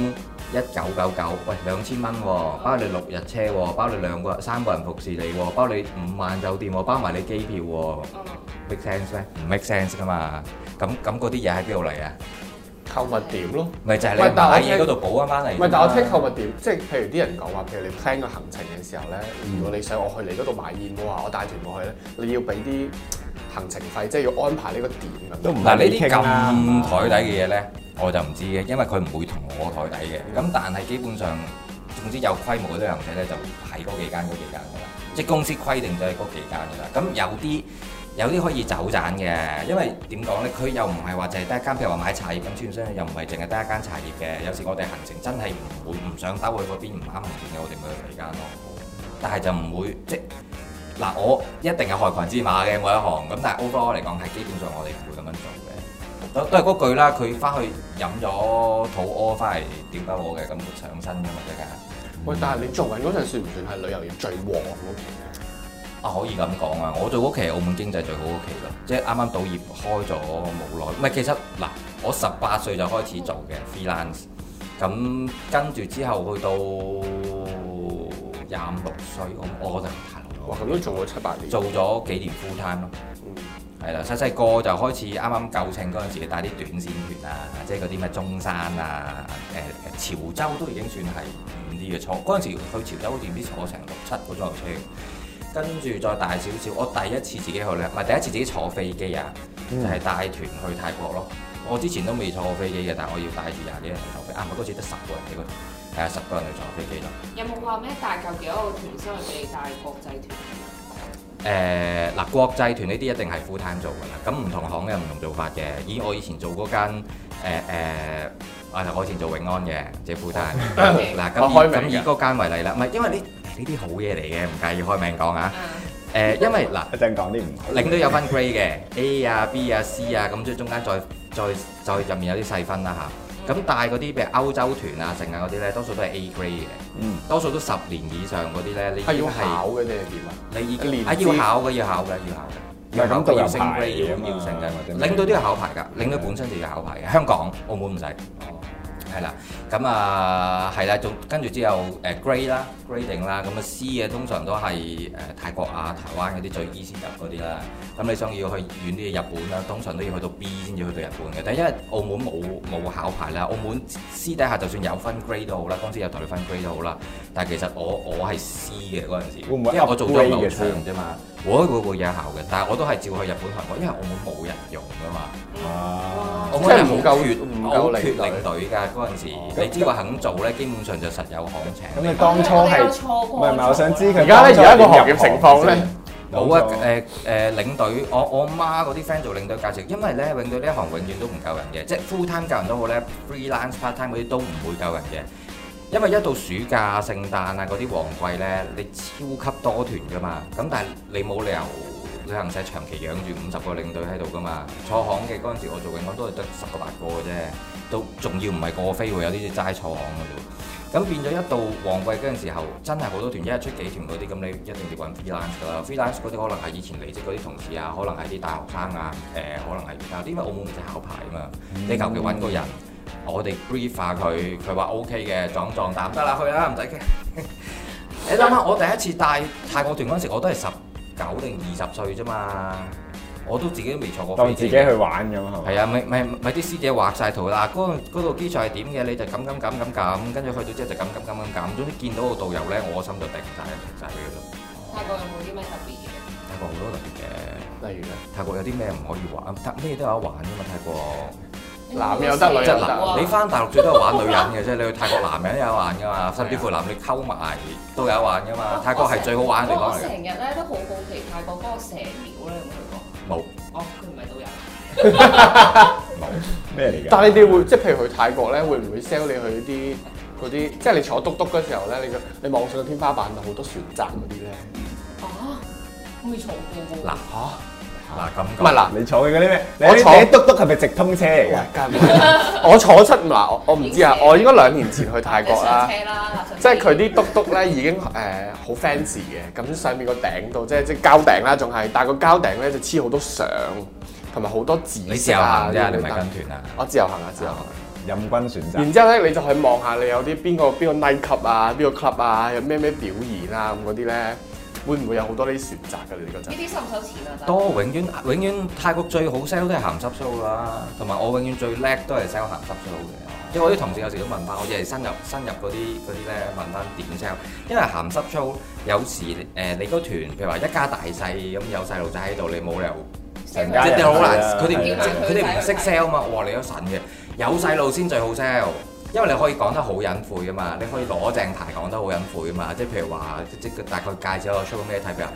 D: 一九九九，喂兩千蚊喎，包你六日車喎，包你兩個三個人服侍你喎，包你五晚酒店喎，包埋你機票喎
A: 嗯
D: ，make sense 咩？唔 make sense 噶嘛，咁咁嗰啲嘢喺邊度嚟啊？
B: 購物點咯。
D: 咪就係你
B: 喂但係我
D: 買
B: 聽
D: 嘢嗰度補一翻嚟㗎嘛。
B: 唔係，但我聽購物點，即係譬如啲人講話，譬如你 plan 個行程嘅時候咧，如果你想我去你嗰度買燕窩啊，我帶團過去咧，你要俾啲行程費，即係要安排呢個點咁。
C: 都唔
D: 嗱
C: 係
D: 呢
C: 你
D: 啲
C: 傾啦。
D: 咁台底嘅嘢咧，我就唔知嘅，因為佢唔會同我台底嘅。咁但係基本上，總之有規模嘅旅行社咧，就係嗰幾間嗰幾間㗎啦。即係公司規定就係嗰幾間㗎啦。咁有啲有啲可以走盞嘅，因為點講咧？佢又唔係話淨係得一間，譬如話買茶葉咁，村商又唔係淨係得一間茶葉嘅。有時我哋行程真係唔會唔想兜去嗰邊唔啱行程嘅，我哋咪去第間咯。但係就唔會即係嗱，我一定係害群之馬嘅每一行咁，但係 overall 嚟講係基本上我哋唔會咁樣做嘅。都都係嗰句啦，佢翻去飲咗肚屙，翻嚟屌鳩我嘅，咁上身㗎嘛，即係。
B: 喂，但係你做緊嗰陣算唔算係旅遊業最旺嗰期？
D: 啊，可以咁講啊！我做嗰期係澳門經濟最好嗰期咯，即係啱啱賭業開咗冇耐。唔係，其實嗱，我十八歲就開始做嘅 freelance，咁跟住之後去到廿五六歲，我我就太老
B: 哇
D: 啦，！
B: 咁都做咗七八年。
D: 做咗幾年 full time 咯。
B: 嗯
D: 係啦，細細個就開始啱啱夠稱嗰陣時，帶啲短線團啊，即係嗰啲咩中山啊、誒、誒潮州都已經算係遠啲嘅坐。嗰陣時去潮州好似唔知坐成六七個鐘頭車，跟住再大少少，我第一次自己去咧，唔係第一次自己坐飛機啊，
C: 嗯
D: 就係帶團去泰國咯。我之前都未坐過飛機嘅，但係我要帶住廿幾人去坐飛，啊，我嗰次得十個人喺嗰度，係啊，十個人去坐飛機咯。
A: 有冇話咩大嚿幾多個團收去俾你帶國際團？
D: 誒嗱、國際團呢啲一定係 full time 做㗎啦，咁唔同行嘅唔同做法嘅。以我以前做嗰間誒誒啊，我以前做永安嘅，即係 full time。嗱咁
B: 我開
D: 以咁
B: 名
D: 以
B: 㗎
D: 嗰間為例啦，唔係因為呢呢啲好嘢嚟嘅，唔介意開名講啊。
A: 嗯
D: 誒、因為嗱。
C: 一陣講啲唔好。
D: 領都有分 grade 嘅 A 啊、B 啊、C 啊，咁即係中間再再再入面有啲細分啦吓，咁但係嗰啲譬如歐洲團啊、剩啊嗰啲咧，多數都係 A grade 嘅，
C: 嗯
D: 多數都十年以上嗰啲咧，你已
B: 係
D: 經
B: 要
D: 係
B: 考嘅定係點啊？
D: 你已
B: 年
D: 經
B: 資
D: 啊要考嘅，要考嘅，要考嘅。
C: 唔係咁導遊
D: 要升
C: 牌
D: grade
C: 嚟
D: 要
C: 啊嘛
D: 要升
C: 或者
D: 嘅，
C: 咩
D: 領隊都要考牌㗎，領隊本身就要考牌嘅。香港、澳門唔使，
C: 哦
D: 係啦。咁啊係啦，仲跟住之後誒 grade 啦、grading 啦，咁啊 C 嘅通常都係誒泰國啊、台灣嗰啲最 easy 入嗰啲啦。咁你想要去遠啲嘅日本啦，通常都要去到 B 先至去到日本嘅。但係因為澳門冇冇考牌啦，澳門私底下就算有分 grade 都好啦，公司有同你分 grade 都好啦。但係其實我我係 C 嘅嗰陣時，
C: 會唔會
D: 因為我做咗唔
C: upgrade 嘅
D: 係好
C: 先
D: 長啫嘛。我會會有效嘅，但係我都係照去日本、韓國，因為澳門冇人用噶嘛。
C: 啊
A: 哇
D: 澳
B: 即係
D: 門人
B: 唔
D: 好
B: 夠
D: 缺
B: 唔夠
D: 好
B: 領
D: 缺
B: 隊
D: 領隊㗎嗰陣時，
B: 哦
D: 你只要肯做咧，基本上就實有行請。
C: 咁你當初
A: 我哋有
C: 係
A: 錯
C: 唔
A: 過
C: 係唔係？我想知佢
B: 而家咧，而家個行業
C: 入
B: 情況咧，
D: 冇啊
C: 當初！
D: 誒誒領隊，我我媽嗰啲 friend 做領隊價值，因為咧領隊呢行永遠都唔夠人嘅，即係 full time 夠人都好咧，freelance part time 嗰啲都唔會夠人嘅。因為一到暑假、聖誕啊嗰啲旺季咧，你超級多團噶嘛，咁但係你冇理由旅行社長期養住五十個領隊喺度噶嘛。坐行嘅嗰陣時，我做永安都係得十個八個嘅啫，都仲要唔係個個飛喎，有啲齋坐行嘅啫喎。咁變咗一到旺季嗰陣時候，真係好多團一日出幾團嗰啲，咁你一定要揾 freelance 㗎啦。freelance 嗰啲可能係以前離職嗰啲同事啊，可能係啲大學生啊，誒、可能係而家，因為澳門唔使考牌啊嘛，你求其揾個人，我哋 brief 下佢，佢話 OK 嘅，壯壯膽得啦，去啦，唔使驚。 你諗下，我第一次帶泰國團嗰陣時，我都係十九定二十歲啫嘛，我都自己都未坐過飛
C: 當
D: 機
C: 自己去玩咁係嘛？
D: 係啊，咪咪咪啲師姐畫晒圖啦，嗰嗰度基礎係點嘅，你就咁咁咁咁咁，跟住去到之後就咁咁咁咁咁，總之見到個導遊咧，我心就定晒定晒佢咯。
A: 泰國有冇啲咩特別嘢？
D: 泰國好多特別嘅，
B: 例如咧，
D: 泰國有啲咩唔可以玩，泰啊咩都有得玩噶嘛，泰國。
B: 男又得女
D: 即
B: 又
D: 係
B: 得
A: 哇
D: 嗱，你翻大陸最多係玩女人嘅啫，你去泰國男人有得玩噶嘛，甚至乎男你溝埋都有得玩噶嘛，泰國係最好玩嘅地
A: 我
D: 方
A: 我
D: 嚟
A: 成
D: 嘅。
A: 日咧都好好奇泰國嗰個蛇廟咧，有冇去過？
D: 冇
A: 哦，佢唔係導遊。
D: 冇，
C: 咩嚟㗎？
B: 但係你哋會即係譬如去泰國咧，會唔會 sell 你去啲嗰啲，即係你坐嘟嘟嗰時候咧，你個你望上個天花板度好多船站嗰啲咧
A: 哦，我未坐過喎。
D: 嗱
B: 嚇，
D: 嗱咁
B: 唔係
D: 講
B: 嗱。
C: 你坐嘅嗰啲咩？你
B: 我坐
C: 你嘟嘟係咪直通車嚟㗎？
B: 我坐出嗱，我我唔知啊，我應該兩年前去泰國啦
A: 上。車啦，嗱
B: 即係佢啲篤篤咧已經誒呃好、fancy 嘅，咁上面個頂度即係即係膠頂啦，仲係，但係個膠頂咧就黐好多相，同埋好多字
D: 你自
B: 飾
D: 由
B: 啊
D: 行
B: 呢
D: 啫，
B: 啲
D: 你咪
B: 等
D: 跟團啊。
B: 我自由行啊，自由行。
C: 任君選擇。
B: 然之後咧，你就去望下你有啲邊個邊個 night club 啊，邊個 club 啊，有咩咩表演啊咁嗰啲咧，會唔會有好多呢啲選擇㗎？你哋嗰陣
A: 呢 啲收唔收錢啊？真係
D: 多永遠永遠泰國最好 sell 都係鹹濕 show 啦，同埋我永遠最叻都係 sell 鹹濕 show 嘅。因為我啲同事有時都問翻，我亦係新入新入嗰啲嗰啲咧問翻點 sell，因為鹹濕 show 有時誒、你嗰團譬如話一家大細咁有細路仔喺度，你冇理由
C: 成
D: 即
C: 家
D: 係
C: 人
D: 你好難
C: 係啊，
D: 佢哋唔
A: 係啊
D: 識佢哋唔識 sell 嘛。我話你都神嘅，有細路先最好 sell。因為你可以講得好隱晦噶嘛，你可以攞正題講得好隱晦噶啊嘛，即係譬如話，即即大概介紹一個 show 咩睇，譬如話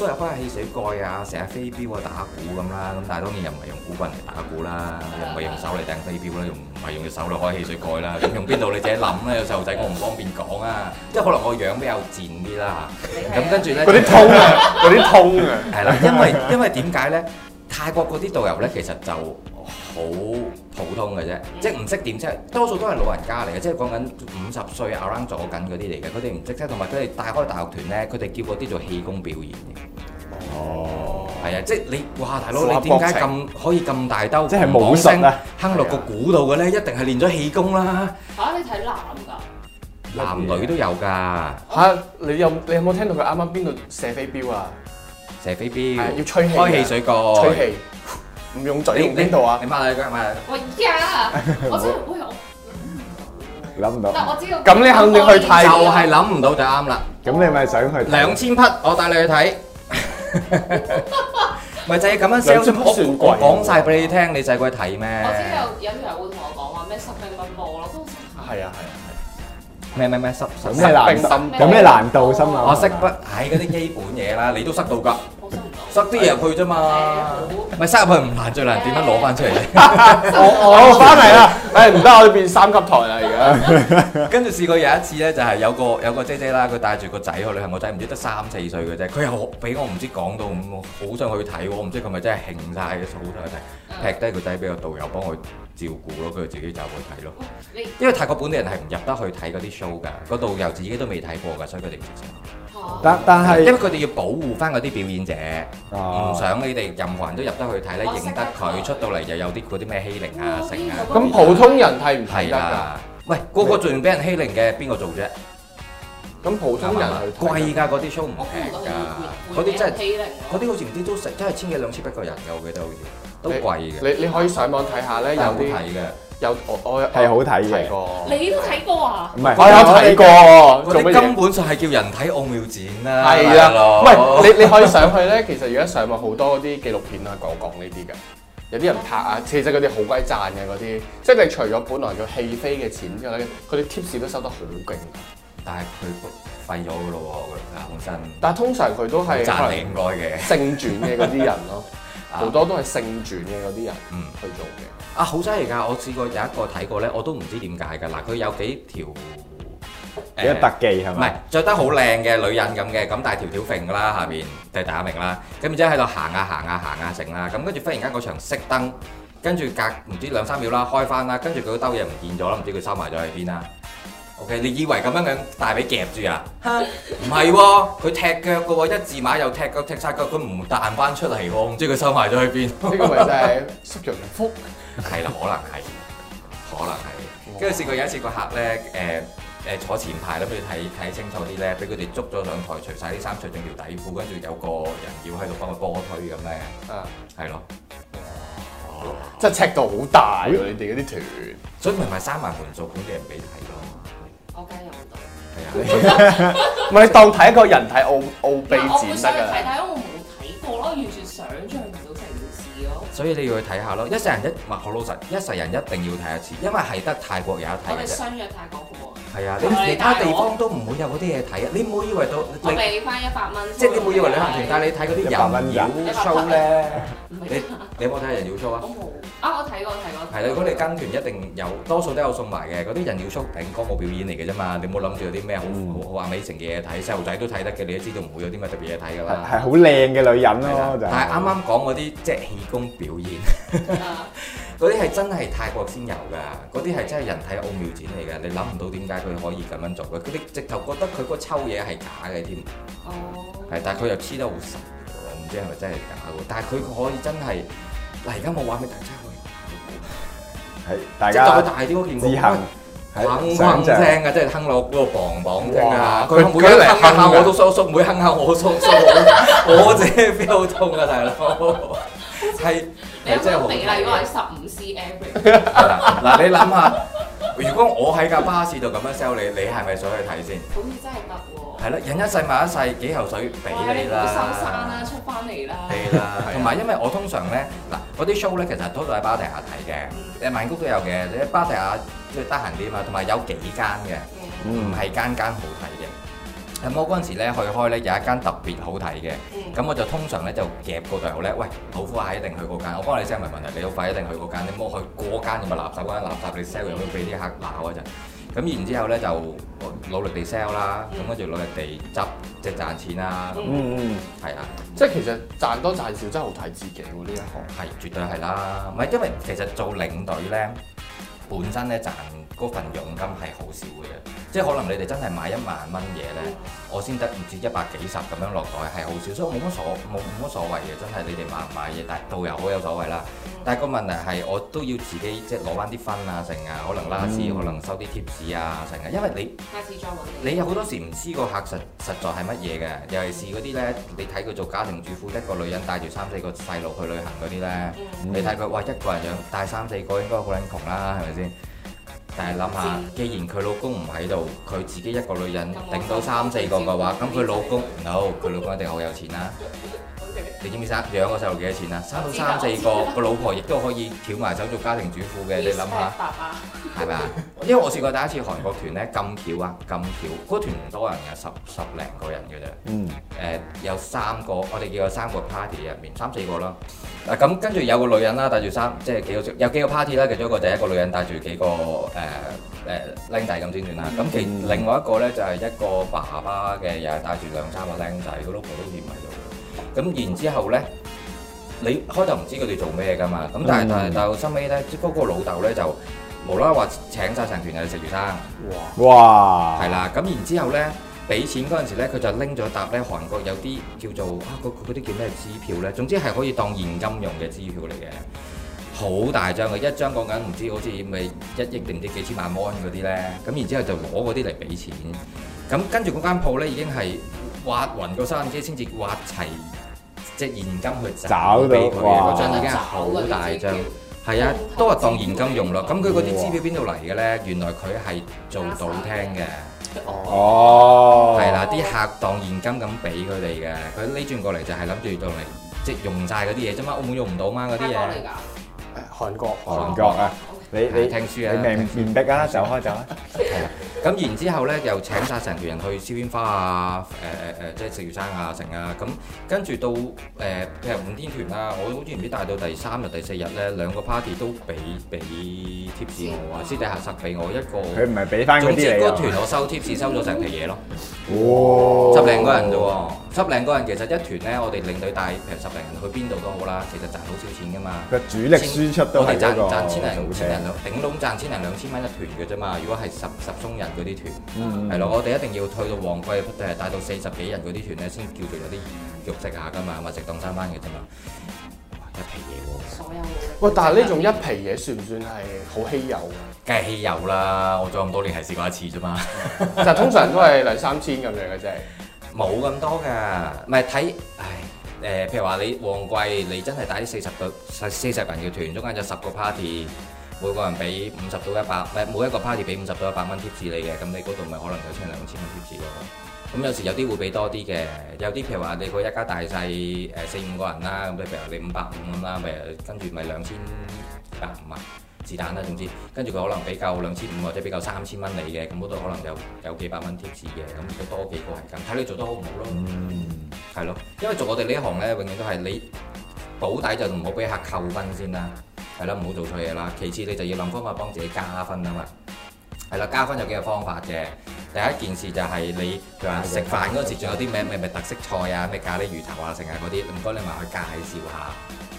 D: 都有翻汽水蓋啊，成日飛鏢啊打鼓咁啦，咁但係當然又唔係用鼓棍嚟打鼓啦，又唔係用手嚟掟飛鏢啦，用唔係用隻手嚟開汽水蓋啦，咁用邊度你自己諗啦，有細路仔我唔方便講啊，即係可能我樣比較賤啲啦嚇，咁跟住咧
B: 嗰啲通啊，嗰啲通啊，
D: 係啦，因 為因為點解咧？泰國嗰啲導遊咧，其實就好普通嘅啫，即係唔識點啫，多數都係老人家嚟嘅，即係講緊五十歲 around 咗緊嗰啲嚟嘅，佢哋唔識啫，同埋佢哋帶開大學團咧，佢哋叫嗰啲做氣功表演嘅。
C: 哦，
D: 係啊，即係你哇，大佬
B: 哇
D: 你點解
B: 搏
D: 咁可以咁大兜？
C: 即係
D: 唔講
C: 武術啊
D: 聲哼落個鼓度嘅咧，一定係練咗氣功啦，
A: 嚇你睇男 㗎，
D: 男女都有㗎，
B: 嚇！你有你有冇聽到佢啱啱邊度射飛鏢啊？
D: 射飛
B: 係要
D: 鏢、
B: 吹氣嘅，
D: 開汽水蓋、
B: 吹氣，唔用嘴用邊度啊？
D: 哦你抹下佢，抹下佢
A: 我而家我真係喂我，
C: 諗唔到。
A: 但我知道
B: 咁你肯定去泰
D: 就
B: 國
D: 係諗唔到就啱啦。
C: 咁你咪想去
D: 兩千匹，我帶你去睇。咪就係咁樣
B: 兩
D: sell
B: 千匹算貴
D: 我講晒俾你聽，你細鬼睇咩
A: 我？知有有人會同我講話咩十兵奔波咯，都係
B: 係啊係啊係啊。
D: 咩咩咩濕
C: 有
D: 濕
C: 咩
D: 濕，
C: 難
B: 十兵
C: 有咩難度心諗？
D: 我識不？係嗰啲基本嘢啦，你都塞到㗎，
A: 我收唔到。
D: 塞啲嘢入去啫嘛。咪塞入去唔難，最難點樣攞翻出嚟啫。
B: 我我翻嚟啦！誒唔得，我哋變三級台啦而家。
D: 跟住試過有一次咧，就係有個有個姐姐啦，佢帶住個仔去旅行，個仔唔知得三四歲嘅啫，佢又俾我唔知講到咁，我好想去睇喎，我唔知佢咪真係興晒嘅，好想去睇。劈低個仔俾個導遊幫佢照顧咯，佢自己就去睇咯。
A: 你
D: 因為泰國本地人係唔入得去睇嗰啲 show 㗎，個導遊自己都未睇過㗎，所以佢哋唔識識。
A: 嚇
C: 但但
D: 因為
C: 係
D: 佢哋要保護翻嗰啲表演者，唔
C: 哦
D: 想你哋任何人都入得去睇咧，
A: 我識
D: 認得佢出到嚟就有啲嗰啲咩欺凌啊、
A: 哇
D: 成啊。
B: 咁普通人睇唔睇
D: 係
B: 得
D: 啊
B: 㗎？
D: 啦，喂，個個做完俾人欺凌嘅，邊個做啫？
B: 咁普通人去睇
D: 貴㗎，嗰啲 show 唔
A: 我估唔到
D: 平㗎，
A: 佢
D: 嗰啲真係
A: 欺凌
D: 嗰啲好似唔知都成真係千幾兩千一個人㗎，我記得好似都貴嘅，
B: 你你可以上網睇下咧，有
D: 但係好
B: 啲
D: 睇嘅。
B: 有我我
C: 係好睇嘅
B: 睇過
A: 你都睇過啊？
C: 唔係
B: 我有睇過，
D: 嗰
B: 做
D: 啲
B: 乜
D: 根
B: 嘢？
D: 本上係叫人體奧妙展啦，
B: 係
D: 大
B: 啦，
D: 佬
B: 唔係你你可以上去咧。其實而家上網好多嗰啲紀錄片啊，講講呢啲嘅。有啲人拍啊，其實佢哋好鬼賺嘅嗰啲，即係你除咗本來佢戲飛嘅錢之外咧，佢哋 tips 都收得好勁。
D: 但係佢廢咗噶咯喎，佢本身
B: 但係通常佢都係可
D: 賺
B: 能
D: 你應該嘅。
B: 性轉嘅嗰啲人 咯，
D: 啊
B: 好多都係性轉嘅嗰啲人
D: 嗯
B: 去做嘅。
D: 啊，好犀利㗎！我試過有一個睇過咧，我都唔知點解㗎。嗱，佢有幾條
C: 有一特技係
D: 唔
C: 咪
D: 係？着得好靚嘅女人咁嘅，咁但係條條揈㗎啦，下面就係大家明啦。咁然之後喺度行啊行啊行啊成啦，咁跟住忽然間嗰場熄燈，跟住隔唔知兩三秒啦開翻啦，跟住佢嗰兜嘢唔見咗啦，唔知佢收埋咗喺邊啦。 OK，你以為咁樣樣大髀夾住 啊？唔係喎，佢踢腳嘅喎，一字馬又踢腳踢晒腳，佢唔彈翻出嚟喎，我唔知佢收埋咗去邊。
B: 呢個咪就係縮陽福。
D: 係啦，可能係，可能係。跟住試過有一次個客咧，誒、誒、坐前排啦，俾佢睇睇清楚啲咧，俾佢哋捉咗上台，除晒啲衫，除定條底褲，跟住有個人要喺度幫佢波推咁咧，
B: 啊！
D: 係咯。
B: 即係尺度好大喎，你哋嗰啲團。
D: 所以咪咪閂埋門做管理唔俾睇咯。
A: 我梗係用到。
D: 係啊，
B: 唔係你當睇一個人體奧奧秘
A: 但我會
B: 展
A: 想
B: 得
A: 去
B: 㗎
A: 睇，
B: 啦。
A: 但係我冇睇過咯，完全想像唔到成件事咯。
D: 所以你要去睇下咯。一世人一，話好老實，一世人一定要睇一次，因為係得泰國有得
A: 我哋
D: 睇嘅啫。
A: 相約泰國嘅喎，
D: 係啊，你其他地方都唔會有嗰啲嘢睇啊！你唔好以為到
A: 我
D: 你，
A: 俾翻一百蚊。
D: 即係你唔好以為旅行團帶你睇嗰啲
C: 100蚊
D: 人
C: 㗎
D: 妖 show 咧。
A: 唔
D: 你
A: 係
D: 你有冇睇人妖 show 啊？
A: 我冇啊！我睇過睇過。
D: 係啦，如果你跟團一定有，多數都有送埋嘅。嗰啲人妖 show 頂歌舞表演嚟嘅啫嘛，你冇諗住有啲咩好好好 amazing 嘅嘢睇，細路仔都睇得嘅，你都知道唔會有啲咩特別嘢睇㗎
C: 係
D: 啦。
C: 係好靚嘅女人
D: 係啦
C: 咯，就係
D: 但係啱啱講嗰啲即係氣功表 演，
A: 啊
D: 嗰啲係真係泰國先有㗎，嗰啲係真係人體奧妙展嚟㗎，你諗唔到點解佢可以咁樣做嘅。佢哋直頭覺得佢嗰抽嘢係假嘅添。
A: ờ. 哦。
D: 係，但係佢又黐得好實喎，我唔知係咪真係假喎。但係佢可以真係，嗱而家冇畫俾大
C: 係大
D: 家去，即係
C: 家
D: 再大啲嗰件
C: 自行
D: 哼
C: 喺
D: 哼
C: 想
D: 聲
C: 像。
D: 嘅，即係哼落嗰個磅磅聲啊！
B: 哇
D: 佢
B: 佢
D: 每一
B: 佢嚟
D: 哼一下
B: 哼㗎
D: 我都縮縮，每哼下我都縮縮，我我自己 feel 好痛啊，大佬！係
A: 你有
D: 係真係
A: 冇
D: 好
A: 比例
D: 睇
A: 嗰個係
D: 嘅
A: 十五 cm？
D: 嗱嗱，你諗下，如果我喺架巴士度咁樣 sell 你，你係咪想去睇先？
A: 好似真係得喎。
D: 係啦，忍一世物一世，幾嚿水俾
A: 哇
D: 你
A: 唔
D: 啦。
A: 好收山啦，出翻嚟啦。
D: 係啦，同埋因為我通常咧嗱嗰啲 show 咧，其實都喺芭提雅睇
A: Ừ,
D: 嘅，誒曼谷都有嘅，你喺芭提雅即係得閒啲嘛，同埋有幾間嘅，
A: 嗯
C: 嗯，
D: 唔係間間好睇嘅。咁我嗰陣時咧去開咧有一間特別好睇嘅，
A: 嗯
D: 咁我就通常咧就夾個隊友咧，喂，老夫係一定去嗰間，我幫你 sell 埋問題，你老快一定去嗰間，你冇去嗰間咁咪垃圾嗰間垃圾，你 sell 又會俾啲客鬧嗰陣。咁然之後咧就我努力地 sell 啦，咁跟住努力地執即係賺錢啦，咁
C: 嗯嗯，
D: 係啊。
B: 即係其實賺多賺少真係好睇自己喎呢一行。
D: 係絕對係啦，唔係因為其實做領隊呢，本身呢賺嗰份佣金係好少嘅啫，即係可能你哋真係買一萬蚊嘢呢，我先得唔知一百幾十咁樣落袋係好少，所以我冇乜所冇冇乜所謂嘅，真係你哋買唔買嘢，但係導遊好有所謂啦。但係個問題係我都要自己即係攞翻啲分啊，成啊，可能拉絲，
C: 嗯
D: 可能收啲 tips 啊，成啊，因為你。
A: 下次再揾你。
D: 你有好多時唔知個客實實在係乜嘢嘅，尤其是嗰啲呢，你睇佢做家庭主婦，一個女人帶住三四個細路去旅行嗰啲呢，
A: 嗯
D: 你睇佢哇一個人養帶三四個應該好撚窮啦，係咪先？但係諗下，既然佢老公唔喺度，佢自己一個女人
A: 咁我
D: 頂到三四個嘅話，咁佢老公 no，佢老公一定好有錢啦。
A: OK
D: 你知唔知生養個細路幾多錢啊？生到
A: 我知道
D: 三四
A: 我知
D: 個
A: 道，
D: 個老婆亦都可以翹埋手做家庭主婦嘅，你諗下。
A: 爸爸。
D: 係咪啊？因為我試過第一次韓國團咧，咁巧啊，咁巧，嗰團唔多人嘅，十十零個人嘅啫。
C: 嗯，
D: 誒、呃有三個，我哋叫有三個 party 入面，三四個啦。嗱咁跟住有個女人啦，帶住三即係幾個有幾個 party 啦，其中一個就係一個女人帶住幾個誒誒僆仔咁先算啦。咁其
C: 嗯
D: 另外一個咧就係、一個爸爸嘅，又係帶住兩三個僆仔，佢老婆都唔喺度。咁然之後咧。你開頭唔知佢哋做咩㗎嘛，咁但係但係
C: 嗯
D: 但係收尾咧，即係嗰個老豆咧就無啦啦話請晒成團人去食魚生。
B: 哇！
C: 哇，
D: 係啦，咁然之後咧，俾錢嗰陣時咧，佢就拎咗沓咧韓國有啲叫做啊嗰嗰啲叫咩支票咧，總之係可以當現金用嘅支票嚟嘅，好大張嘅，一張講緊唔知好似咪一億定唔知幾千萬 mon 嗰啲咧，咁然之後就攞嗰啲嚟俾錢，咁跟住嗰間鋪咧已經係挖雲個收銀機先至挖齊。即係現金去
C: 找到
D: 俾佢嘅
A: Ờ,
C: 哇
D: 嗰張已經係好大張，係啊，都係當現金用咯。咁佢嗰啲支票邊度嚟嘅咧？原來佢係做賭廳嘅。
B: 哦，
C: 哦，
D: 係啦，啲客當現金咁俾佢哋嘅，佢呢轉過嚟就係諗住用嚟即係用晒嗰啲嘢啫嘛，澳門用唔到嘛嗰啲
A: 泰國嚟
D: 嘢。
A: 㗎。
B: 韓國
C: 韓國啊，你你
D: 係聽書啊
C: 你面面壁啊，走開走開，
D: 咁然之後咧，又請晒成團人去燒煙花啊，誒誒誒，即係食魚生啊，成啊。咁跟住到誒譬如五天團啦，我好似唔知帶到第三日、第四日咧，兩個 party 都俾俾 tips 我啊，私底下塞俾我一
C: 佢
D: 個。
C: 唔係俾翻嗰
D: 總之
C: 啲
D: 嗰
C: 你
D: 團我收 tips 收咗成皮嘢咯，
C: 喎，
D: 十零個人啫喎，十零個人其實一團咧，我哋領隊帶譬如十零人去邊度都好啦，其實賺好少錢噶嘛。
C: 個主力輸出都
D: 我
C: 係
D: 哋
C: 嗰
D: 賺
C: 個
D: 賺千零
C: 組
D: 千
C: 車
D: 零兩頂籠賺千零兩千蚊一團嘅啫嘛。如果係十十中人嗰啲團，
C: 嗯
D: 係咯，我哋一定要退到旺季誒帶到四十幾人嗰啲團咧，先叫做有啲肉食下噶嘛，或者食當三餐嘅啫嘛。哇一皮嘢喎！
A: 所有嘅
B: 喂，但係呢種一皮嘢算唔算係好稀有 㗎？
D: 梗係稀有啦！我做咁多年係試過一次啫嘛，
B: 就通常都係兩三千咁樣嘅啫。
D: 冇咁多㗎，唔係睇，唉，誒、譬如話你旺季，你真係帶啲四十個四十人嘅團，中間有十個 party，每個人俾五十到一百，唔係每一個 party 俾五十到一百蚊貼士你嘅，咁你嗰度咪可能有千兩千蚊貼士咯。咁有時有啲會俾多啲嘅，有啲譬如話你個一家大細誒四五個人啦，咁你譬如你五百五咁啦，咪跟住咪兩千百五啊，是但啦，總之跟住佢可能俾夠兩千五或者俾夠三千蚊你嘅，咁嗰度可能有有幾百蚊貼士嘅，咁佢多幾個係咁，睇你做得好唔好咯。係咯，因為做我哋呢行咧，永遠都係你保底就唔好俾客扣分先啦，係啦，唔好做錯嘢啦。其次你就要諗方法幫自己加分啊嘛。係啦，加分有幾個方法嘅。第一件事就係你譬如話食飯嗰時仲有啲咩咩咩特色菜啊，咩咖喱魚頭啊，成啊嗰啲，唔該你埋去介紹下。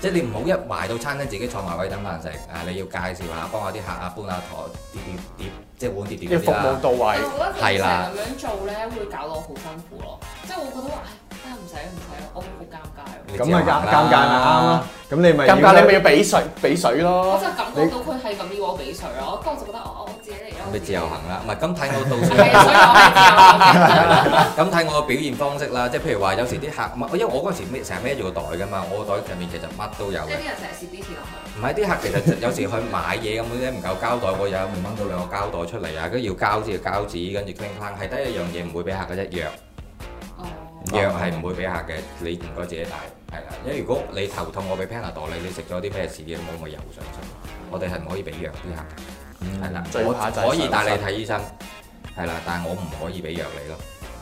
D: 即係你唔好一埋到餐廳自己坐埋位等飯食，啊你要介紹下，幫下啲客啊搬下台碟碟碟，即係碗碟碟
B: 要
D: 嗰啲
B: 服
D: 啦
B: 務。到位
A: 但，我覺得佢
D: 係
A: 成
D: 啦
A: 日咁樣做咧，會搞到我好辛苦咯。即係我覺得話，唉，真係唔使唔使，我好尷尬咯。
D: 你
C: 咁
D: 自己
C: 咪尷
D: 行啦
C: 尷尬咪啱咯。咁你咪要
B: 咁但你咪要俾水俾水
A: 我
B: 咯。
A: 就感覺到佢係咁要我俾水咯，跟住我就覺得我我自己嚟咯。
D: 你自由行啦，唔係咁睇我 到
A: 係
D: 時
A: 啊，。所以我係自由行 嘅。
D: 咁睇我嘅表現方式啦，即係譬如話有時啲客，唔係因為我嗰陣時孭成日孭住個袋噶嘛，我個袋入面其實乜都有
A: 即係
D: 嘅
A: 啲。人成日攝啲錢落去。
D: 唔係啲客其實有時去買嘢咁樣唔夠膠袋，我有唔掹到兩個膠袋出嚟啊，跟住要膠紙就膠紙，跟住傾翻係得一樣嘢唔會俾客嘅啫，藥
A: 哦，
D: 藥係唔會俾客嘅，你唔該自己帶係啦，因為如果你頭痛我俾 Panadol 你，你食咗啲咩事嘅，我咪又上身。我哋係唔可以俾藥啲客
C: Ừ.
D: 嘅，係啦，
B: 嗯最怕就係
D: 我可以帶
B: 上
D: 你睇醫生，係啦，但係我唔可以俾藥你咯，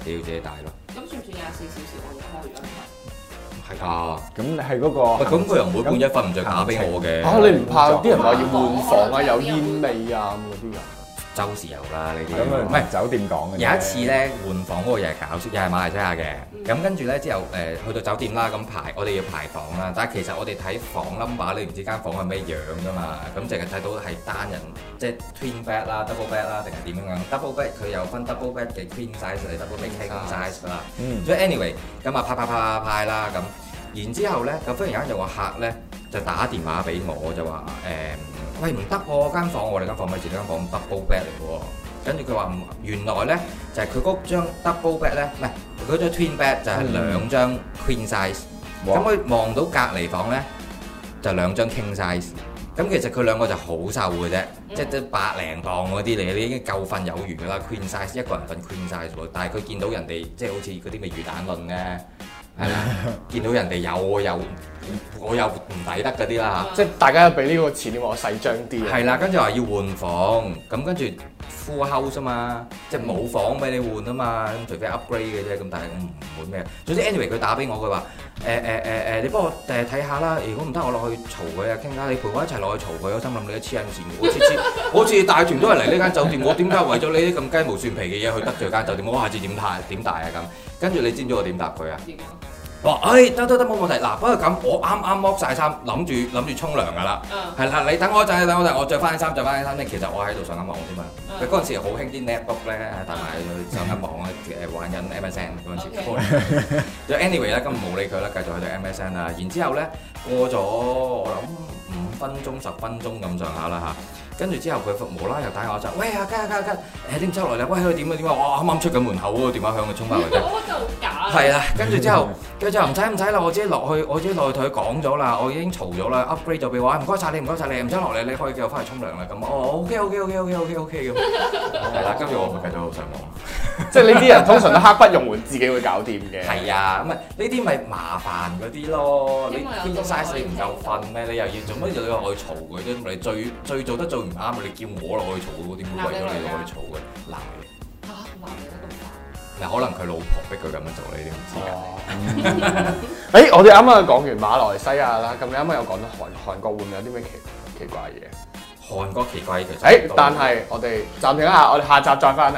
D: 你要自己帶咯，
A: 咁算唔算廿四小時我哋開咗？
D: 係㗎。
C: 咁你係嗰
D: 喂，
C: 個
D: 咁佢又唔會半一分唔再打俾我嘅。
B: 啊，你唔怕啲人話要換房啊，有煙味啊咁嗰啲㗎？
D: 周時有啦呢啲，
C: 咁啊，
D: 唔
C: 唔
D: 係
C: 係酒店講嘅啫。
D: 有一次咧換房嗰個又係搞笑，又係馬來西亞
A: 嗯
D: 嘅。咁跟住咧之後誒去到酒店啦，咁排我哋要排房啦，但係其實我哋睇房 number 你唔知間房係咩樣噶嘛，咁淨係睇到係單人即係 twin bed 啦、double bed 啦定係點樣樣？double bed 佢有分 double bed 嘅 queen size 同 double bed king size 啦。
C: 嗯，
D: 所以 anyway，咁啊派派派派啦咁，然之後咧，咁忽然間有個客咧就打電話俾我，就話誒、喂唔得喎，間房我哋間房咪住間房 double bed 嚟嘅喎。跟住佢話唔原來咧就係佢嗰張 double bed 咧，唔係佢嗰張 twin bed 就係兩張 queen size。咁
C: 哇
D: 佢望到隔離房咧就兩張 king size。咁其實佢兩個就好瘦嘅啫，即係即係百零磅嗰啲嚟，你已經夠瞓有餘㗎啦。Queen size 一個人瞓 Queen size 喎，但係佢見到人哋即係好似嗰啲咩魚蛋論咧，係啦，見到人哋有我又我又唔抵得嗰啲啦
B: 即係大家俾呢個錢，你話我細張
D: 嚇。
B: 啲啊。
D: 係啦，跟住話要換房，咁跟住 full house 啊嘛，即係冇房俾你換啊嘛，咁除非 upgrade 嘅啫，咁但係我唔換咩。總之 anyway 佢打俾我，佢話誒誒誒誒，你幫我誒睇下啦，如果唔得我落去嘈佢啊，傾下，你陪我一齊落去嘈佢，我心諗你都黐緊線，我次次。好似帶團都係嚟呢間酒店，我點解為咗你啲咁雞毛蒜皮嘅嘢去得罪間酒店？我下次點帶點帶啊咁？跟住你知唔知我點答佢啊？
A: 點樣？
D: 我話：唉、得得得，冇問題。嗱，不過咁，我啱啱剝晒衫，諗住諗住沖涼㗎啦。
A: 嗯
D: 係啦，你等我一陣，你等我一陣，我着翻啲衫，着翻啲衫咧。其實我喺度上緊網啫嘛。
A: 嗯
D: 佢嗰陣時好興啲 netbook 咧，帶埋去上緊網啊，誒玩緊 MSN 嗰陣時。 就 anyway 啦，咁冇理佢啦，繼續去到 MSN 啦。然之後咧，過咗我諗五分鐘、十分鐘咁上下啦嚇。跟住之後佢服無啦啦又打我一陣，喂啊，家家家，誒點走落嚟？喂佢點啊點啊！我啱啱出緊門口嗰個電話響，佢衝翻嚟啫。
A: 我就假。
D: 係啦，跟住之後，跟住就唔使唔使啦，我自己落去，我自己落去同佢講咗啦，我已經嘈咗啦，upgrade 咗俾我，唔該晒你，唔該晒你，唔使落嚟，你可以繼續翻去沖涼啦。咁哦，OK OK OK OK OK OK 咁，係啦，跟住我咪繼續上網。
B: 即係呢啲人通常都刻不容緩，自己會搞掂嘅。
D: 係啊，咁啊呢啲咪麻煩嗰啲咯，你
A: 因為有
D: king
A: 動
D: size 你唔夠
A: 力
D: 瞓咩？你又要做乜嘢？你落去嘈佢啫，你最最做得最唔啱，你叫我落去嘈，我點會為咗你落去嘈嘅？鬧你，
A: 嚇，男人都咁
D: 嗱可能佢老婆逼佢咁樣做，你點知㗎？
B: 哦，嗯 誒，我哋啱啱講完馬來西亞啦，咁你啱啱又講到韓韓國會唔會有啲咩奇奇怪嘢？
D: 韓國奇怪其實
B: 誒
D: 好多，
B: 但係我哋暫停一下，我哋下 集再翻嚟。